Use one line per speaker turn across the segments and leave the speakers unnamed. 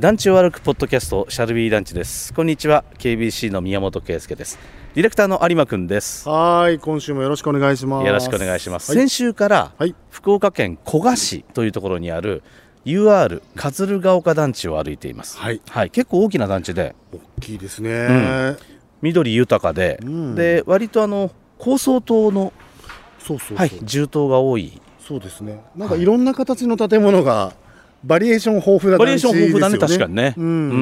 団地を歩くポッドキャストシャルビー団地ですこんにちは KBC の宮本圭介ですディレクターの有馬くんですよ
はい、今週もよろしくお願いします。
ろしくお願いします、
はい
先週から
はい
福岡県古賀市というところにある UR 葛ヶ丘団地を歩いています
はい
はい、結構大きな団地で
大きいですね。
緑豊かで、
うん
で割とあの高層棟の、
そうそうそう、
はい、重棟が多い
そうですね。なんかいろんな形の建物がバリエーション豊富な
バリエーション豊富だね
団地です
確
よ
かにね、
うん
うん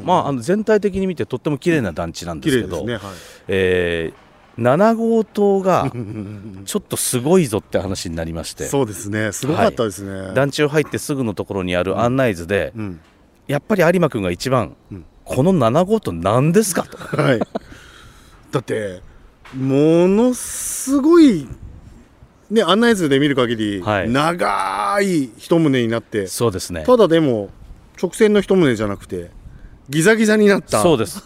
うん
まあ、あの全体的に見てとっても綺麗な団地なんです
綺
け
麗です
ど、
ね。はい。
えー7号棟が
うんうんうん
ちょっとすごいぞって話になりまし
うん
て
そうですね。すごかったですね。
団地を入ってすぐのところにある案内図で、
うん。
やっぱり有馬君が一番、
うん
この7号棟何ですかと
はい。だってものすごい。ね、案内図で見る限り、
はい
長い一棟になって
そうですね
ただでも直線の一棟じゃなくてギザギザになった
そうです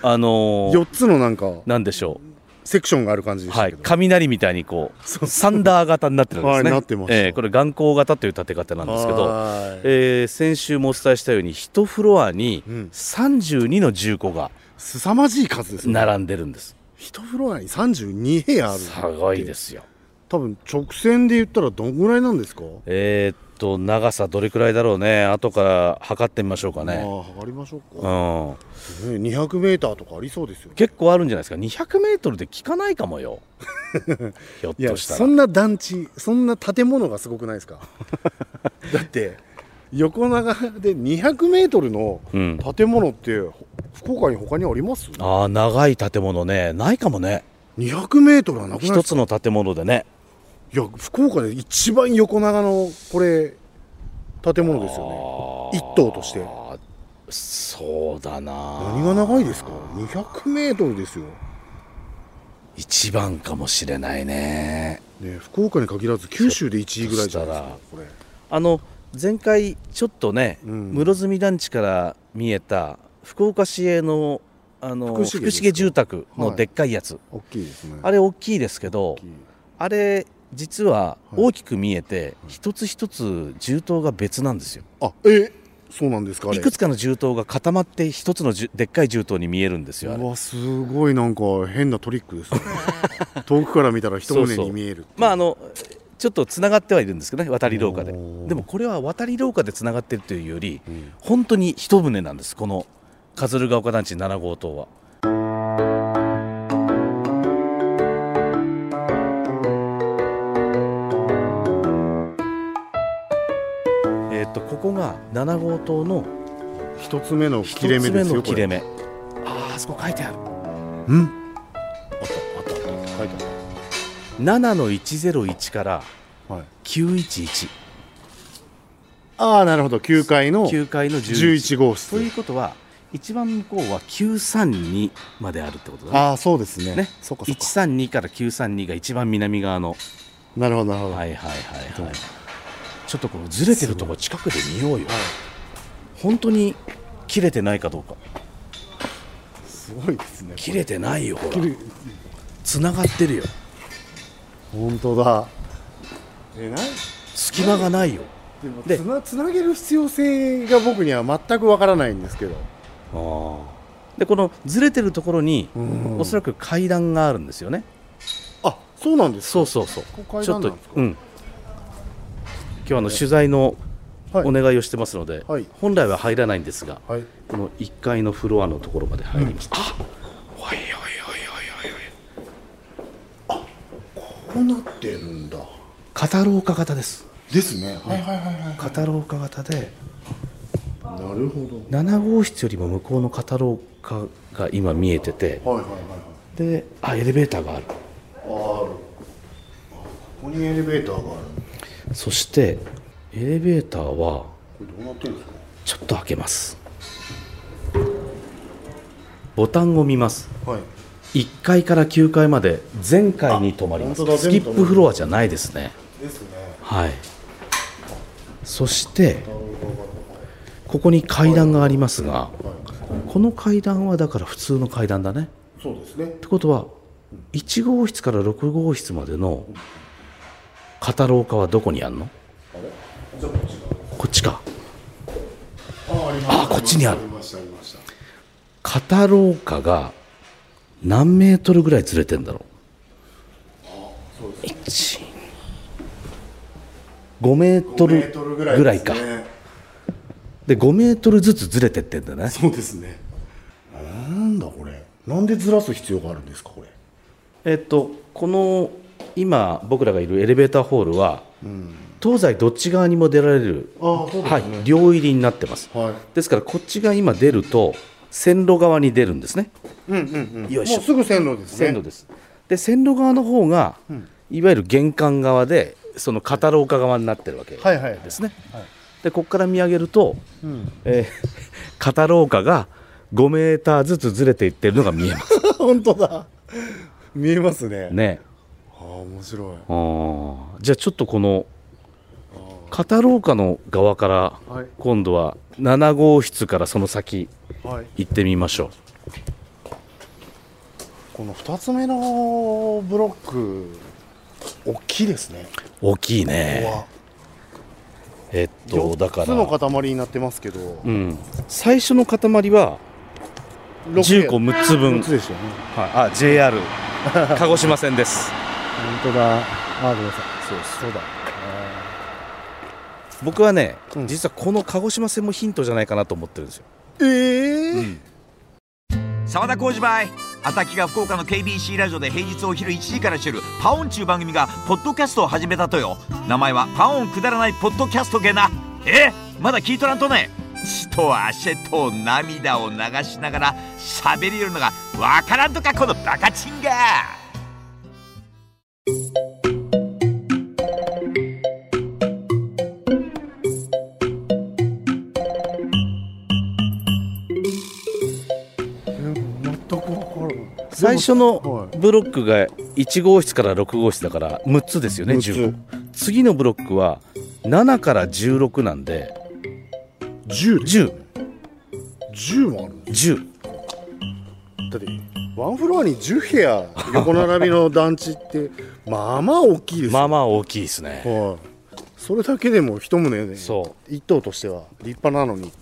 あ のー
4つのなんか
なんでしょ
セクションがある感じ
う、
でし
は
た
い
け、ど、
雷みたいにこうサンダー型になってるんですね、
はいなってました
えーこれ眼光型という建て方なんですけど
はーい
えー先週もお伝えしたように1フロアに
うん
32の住戸が
凄まじい数ですね
並んでるんです、
一フロアに32部屋ある
すごいですよ
多分直線で言ったらどんぐらいなんですかね
えーっと長さどれくらいだろうね後から測ってみましょうか
ああ
ね、
測りましょう
う
か、
ん、
ね、200メーターとかありそうですよ
結構あるんじゃないですか 200m で効かないかも よひょっ
いや
とした
そ
ら
んな団地そんな建物がすごくないです かだって横長で200メートルの
うん
建物って福岡に他にあります
ああ長い建物ねないかもね
200メートルはなくないで
一
す
つ
か
の建物でね
いや福岡で一番横長のこれ建物ですよね
あー
一棟として
そうだな
何が長いですか200メートルですよ、
一番かもしれないね
ね、福岡に限らず九州で1位ぐらいじゃないですかこれ
あの前回ちょっとね、
うん
室積団地から見えた福岡市営のあの
福
福
重ですか
重住宅のでっかいやつ、
大きいですね
あれ大きいですけど
大きい
あれ実は
はい
大きく見えて、一つ一つ銃刀が別なんですよ
あえそうなんですかあれ
いくつかの銃刀が固まって一つのじゅでっかい銃刀に見えるんですよあ
う
れ
わすごいなんか変なトリッ クですね遠くから見たら一胸に見える
まああ
の
のちょっとつながってはいるんですけどね渡り廊下で
おー
でもこれは渡り廊下でつながってるというより、本当に一棟なんですこの葛ヶ丘団地7号棟はえーっとここが7号棟の
一つ目の切れ
1
目
つ
で
目
すよ
の切れ
目
目あーあそこ書いてある
うん
あったあった
書いて
7の101から
ある、はい、
911
ああなるほど9階の
9階の11
11号
とい
室
うことは一番向こうは932まであるってことだね
ああそうですね
ね
そうかそうか
132から932が一番南側の
なるほどなるほど、
はいはいはいはいちょっとこのずれてるとこ近くで見ようよ本当に切れてないかどうか
すごいですね
切れてないよほ
切
ら
る
つながってるよ
本当だえな
隙間がないよ
でも
で
つなつなげる必要性が僕には全くわからないんですけど、
でこのずれてるところに
うん
おそらく階段があるんですよね
あそうなんですか
そうそうそう
ここ階
ちょ
段
っ
な
と
んですか
うん今日はあの取材の
はい
お願いをしてますので、
はい
本来は入らないんですが、
はい
この1階のフロアのところまで入ります、あおいおいおいおいおいおい
こうなってるんだ
片廊下型です
ですねはいはいはいはい
片廊下型で
なるほど
7号室よりも向こうの片廊下が今見えてて
はいはいはいはい
であエレベーターがある
あるここにエレベーターがある
そしてエレベーターは
これどうなってるんです
ちょっと開けますボタンを見ます
かはい
1階から9階まで全階に泊まりま
あ本当
すス
だ
キップフロアじゃないですね
ですね
はいそしてここに階段がありますがこの階段はだから普通の階段だね
そうですね
ってことは1号室から6号室までの片廊下はどこにあんのこっちか
ああありま
あこっちにある
りましたありました
片廊下が何メートルぐらいずれてんだろう1 5メート
5メ
ル
ートルぐらい
ぐらいか
ですね
で5メートルずつずれてってんだね
そうですねなんだこれなんでずらす必要があるんですかこれ
えっとこの今僕らがいるエレベーターホールは、東西どっち側にも出られる、
ああそう
はい、両入りになってます
はい、
ですからこっちが今出ると線路側に出るんですね
うんうんうん
よいしょ
もうすぐ線路ですね
線路ですで線路側の方が、いわゆる玄関側でその片廊下側になってるわけ
はいはい
ですね、
はい
でここから見上げると、
ん
えー片廊下が5メーターずつずれていってるのが見えます
本当だ見えますね
ね
ああ面白い
あーじゃあちょっとこの片廊下の側から
はい
今度は7号室からその先
はい
行ってみましょ
この2つ目のブロック大きいですね
う大きい
ここ
ね
は
えっとだか
4つの
ら、
塊になってますけど、
うん、最初の塊は
六
10個6つ分
六つですよね
はい、あ JR 鹿児島線です
本当だあーごめんなさいそうそうだ
僕はね、
うん
実はこの鹿児島線もヒントじゃないかなと思ってるんですよ
ええー
沢田浩二バイアタキが福岡の KBC ラジオで平日お昼1時からしてる「パオン」ちゅう番組がポッドキャストを始めたとよ名前は「パオンくだらないポッドキャストゲな」えまだ聞いとらんとね血と汗と涙を流しながら喋りよるのがわからんとかこのバカチンが
全く分からない
最初の
はい
ブロックが1号室から6号室だから6つですよね
6つ
15次のブロックは7から16なんで
10で
1010
10もあるだってワンフロアに10部屋横並びの団地って まあまあ大きいですよ
まあまあ大きいですね
はいそれだけでも一棟ね
そ
一棟としては立派なのに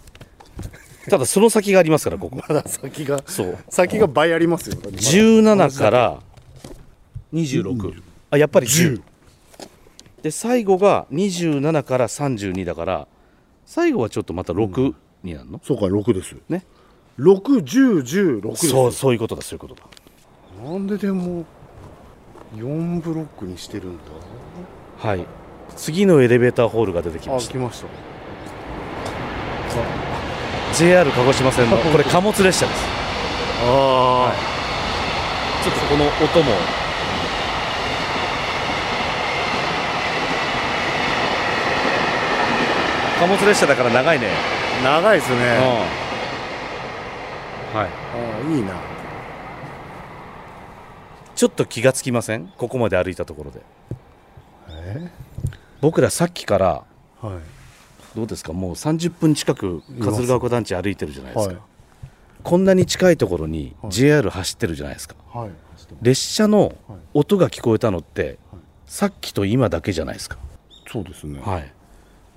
ただその先がありますからここ
まだ先が
そう
先が倍ありますよだってまだ
17から26あやっぱり10で最後が27から32だから最後はちょっとまた6になるの、
そうか6です
ね
61016です
そうそういうことだそういうことだ
なんででも4ブロックにしてるんだ
はい次のエレベーターホールが出てき
あ
ました
来ました
JR 鹿児島線のこれ貨物列車です
あ
ちょっとこの音も貨物列車だから長いね
あ長いです
うん
ね
はい
あーいいな
ちょっと気がつきませんここまで歩いたところで
え
僕らさっきから
は
どうですかもう30分近く桂川湖団地歩いてるじゃない
い
ですか、
はい
こんなに近いところに
はい
JR 走ってるじゃないですか
はい
列車の
はい
音が聞こえたのって
はい
さっきと今だけじゃないですか
そうですね
はい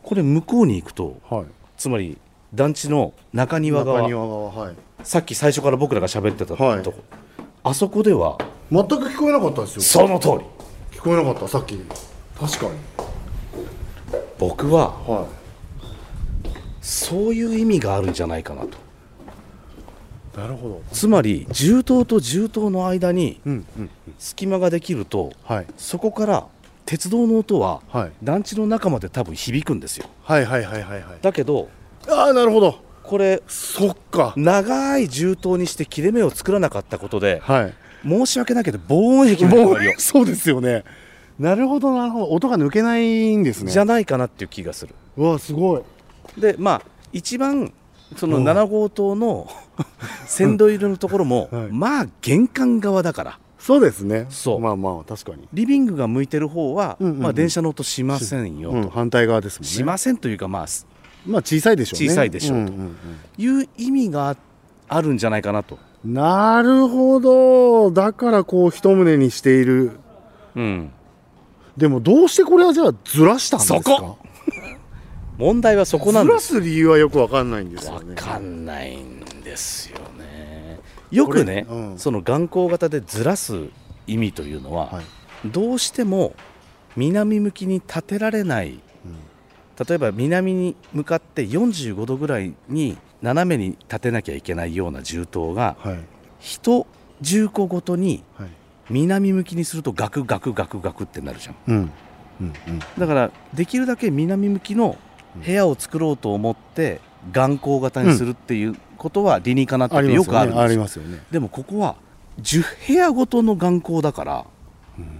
これ向こうに行くと
はい
つまり団地の中庭
中
側
庭側はい
さっき最初から僕らが喋ってたとこ、
はい
あそこでは
全く聞こえなかったですよ
その通り
聞こえなかったさっき確かに
僕は
は
そういう意味があるんじゃないかなと
いなるほど
つまり銃刀と銃刀の間に
うんうん
隙間ができると
はい
そこから鉄道の音は
はい
団地の中まで多分響くんですよ
はいはいはいはいはい
だけど
ああなるほど
これ
そっか
長い銃刀にして切れ目を作らなかったことで
はい
申し訳ないけど防音壁の
も
役
う
割を
そうですよねなるほどなるほど音が抜けないんですね
じゃないかなっていう気がする
うわすごい
でまあ一番その7号棟の 線路入りのところも、
はい
まあ玄関側だから
そうですね
そう
まあまあ確かに
リビングが向いてる方は、
うんうんうん
まあ、電車の音しませんよと、
うん反対側ですもんね
しませんというかまあす
まあ小さいでしょうね
小さいでしょうと
んん
いう意味がああるんじゃないかなと、
うんなるほどだからこう一棟にしている
うん、
でもどうしてこれはじゃあずらしたんですか
そこ問題はそこなん
ず
で
ら
す
す理由はよくわかんないんですよ
わ
ね
かんないんですよねよくね、
これうん
その眼光型でずらす意味というのは、
はい
どうしても南向きに立てられない例えば南に向かって45度ぐらいに斜めに立てなきゃいけないような銃刀が
はい
人銃個ごとに
はい
南向きにするとガクガクガクガクってなるじゃん
うんうんうん
だからできるだけ南向きの部屋を作ろうと思って眼光型にするっていうことは理にかなって
あ
て
り
よ
ます
く
よ
あるん
ね
ですよ
ありますよね
でもここは10部屋ごとの眼光だから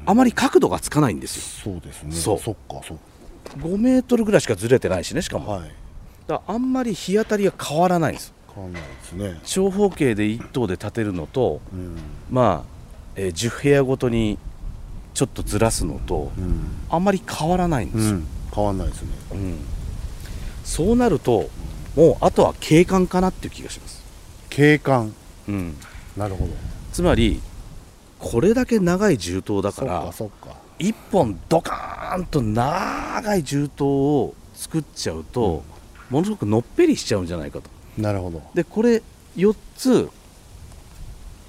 あまり角度がつかないんですよ
そうですね
そう
そっかそっ
5メートルぐらいしかずれてないしねしか
か
も、
はい
だからあんまり日当たりが変わらないんです
変わんないですね
長方形で1棟で建てるのと
うん
まあ、えー10部屋ごとにちょっとずらすのと
うん
あんまり変わらないんで
う
すよ、
ん変わんないですね
うんそうなるともうあとは景観かなっていう気がします、
景観
うん、
なるほど
つまりこれだけ長い銃刀だ
そ
か
っからそっか
1本ドカーンと長い銃刀を作っちゃうと、ものすごくのっぺりしちゃうんじゃないかと
なるほど
でこれ4つ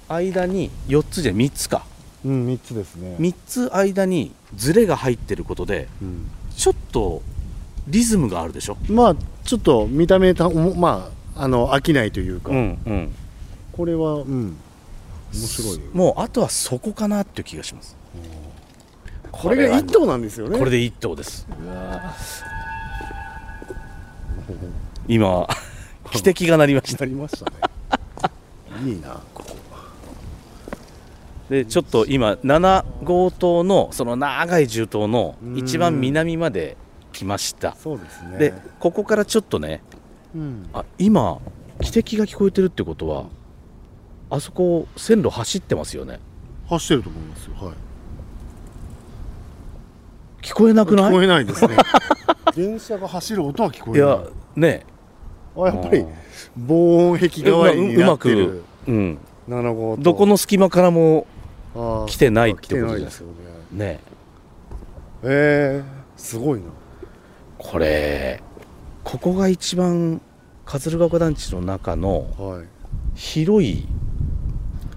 間に4つじゃ3つか
うん3つですね
3つ間にズレが入ってることで
うん
ちょっとリズムがあるでしょ
まあちょっと見た目たおもまああの飽きないというか、
んうん
これはうん面白いよ
もうあとはそこかなっていう気がします
これが
は
一頭なんですよね
これで1頭です
うわ
今汽笛が鳴りまし
ー
た
なりましたね いいなここ
でちょっと今7号棟のその長い銃刀の
うん
一番南まで来ました
そうですね
でここからちょっとね
うん、
あ今汽笛が聞こえてるってことはあそこ線路走ってますよね
走ってると思いますよはい
聞こえなくない
聞こえないですね電車が走る音は聞こ
い
えない
やね
あやっぱり
うん
防音壁代わりになって
う
る
まく、うん、
7号と
どこの隙間からも
あー
来てないってことじゃない
来て
で
ですすよね
ね
えー、すごいな
これここが一番桂ヶ丘団地の中の
はい
広い、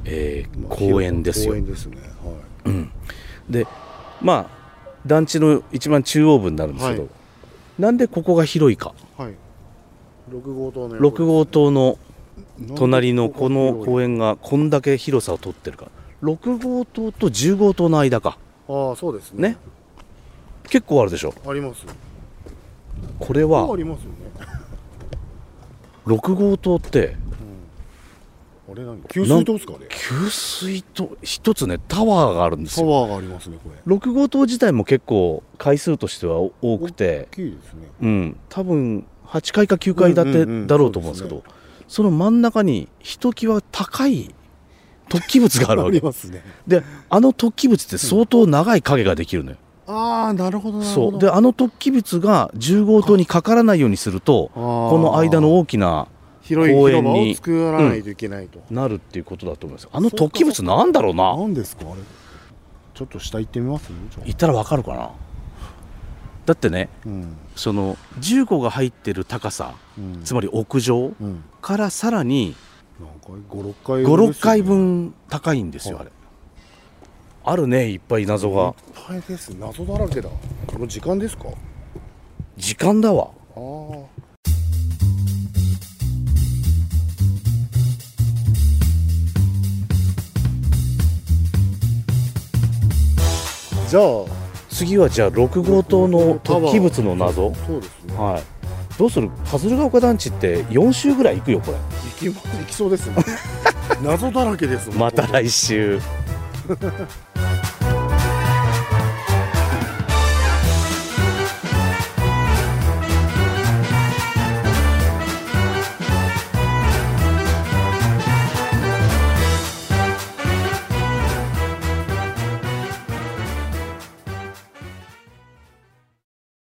えー
まあ
公園ですよ
公園ですねはい
でまあ団地の一番中央部になるんですけど、
はい
なんでここが広いか
はい。六号棟の
6号棟の隣のこの公
園。
園がこんだけ広さを取ってるから6号棟と10号棟の間か
ああそうですね。
ね結構あるでしょ
あります。
これ
ああ
は
りますよね。
6号棟って
あれ何？給水塔ですかね。
給水と一つねタワーがあるんです
タ
よ
ワーがありますねこれ。
6号棟自体も結構回数としてはお多くて
大きいですね。
うん多分8階か9階建
うんうんう
て
ん
だろうと思うんですけど、
そう
その真ん中にひときわ高い突起物がある
あ
わ
り
け
ますね。
であの突起物って相当長い影ができるのよ、
ああなるほどなる
そ
ほど。
うであの突起物が10号棟にかからないようにすると
あ
こ
ー
の間の大きな
広い
公
広
園
場
に
を作らないといけないと。
なるっていうことだと思いますあの突起物なんだろうな
なんですかあれ。ちょっと下行ってみます。ちょっと
行ったらわかるかなだってね
うん
その重工が入ってる高さ
うん。
つまり屋上
うん。
からさらに
何回？五六回。
56回。分高いんですよ
は
あ
い
れあるねいっぱい謎
いっ
が
ぱいです。謎だらけだ。この時間ですか？
時間だわ
ああ。じゃあ
次はじゃあ6号棟の突起物の謎
そうですね。
はいどうするズルが丘団地って4週ぐらい行くよこれ
行きま行きそうですね。謎だらけですもん。
また来週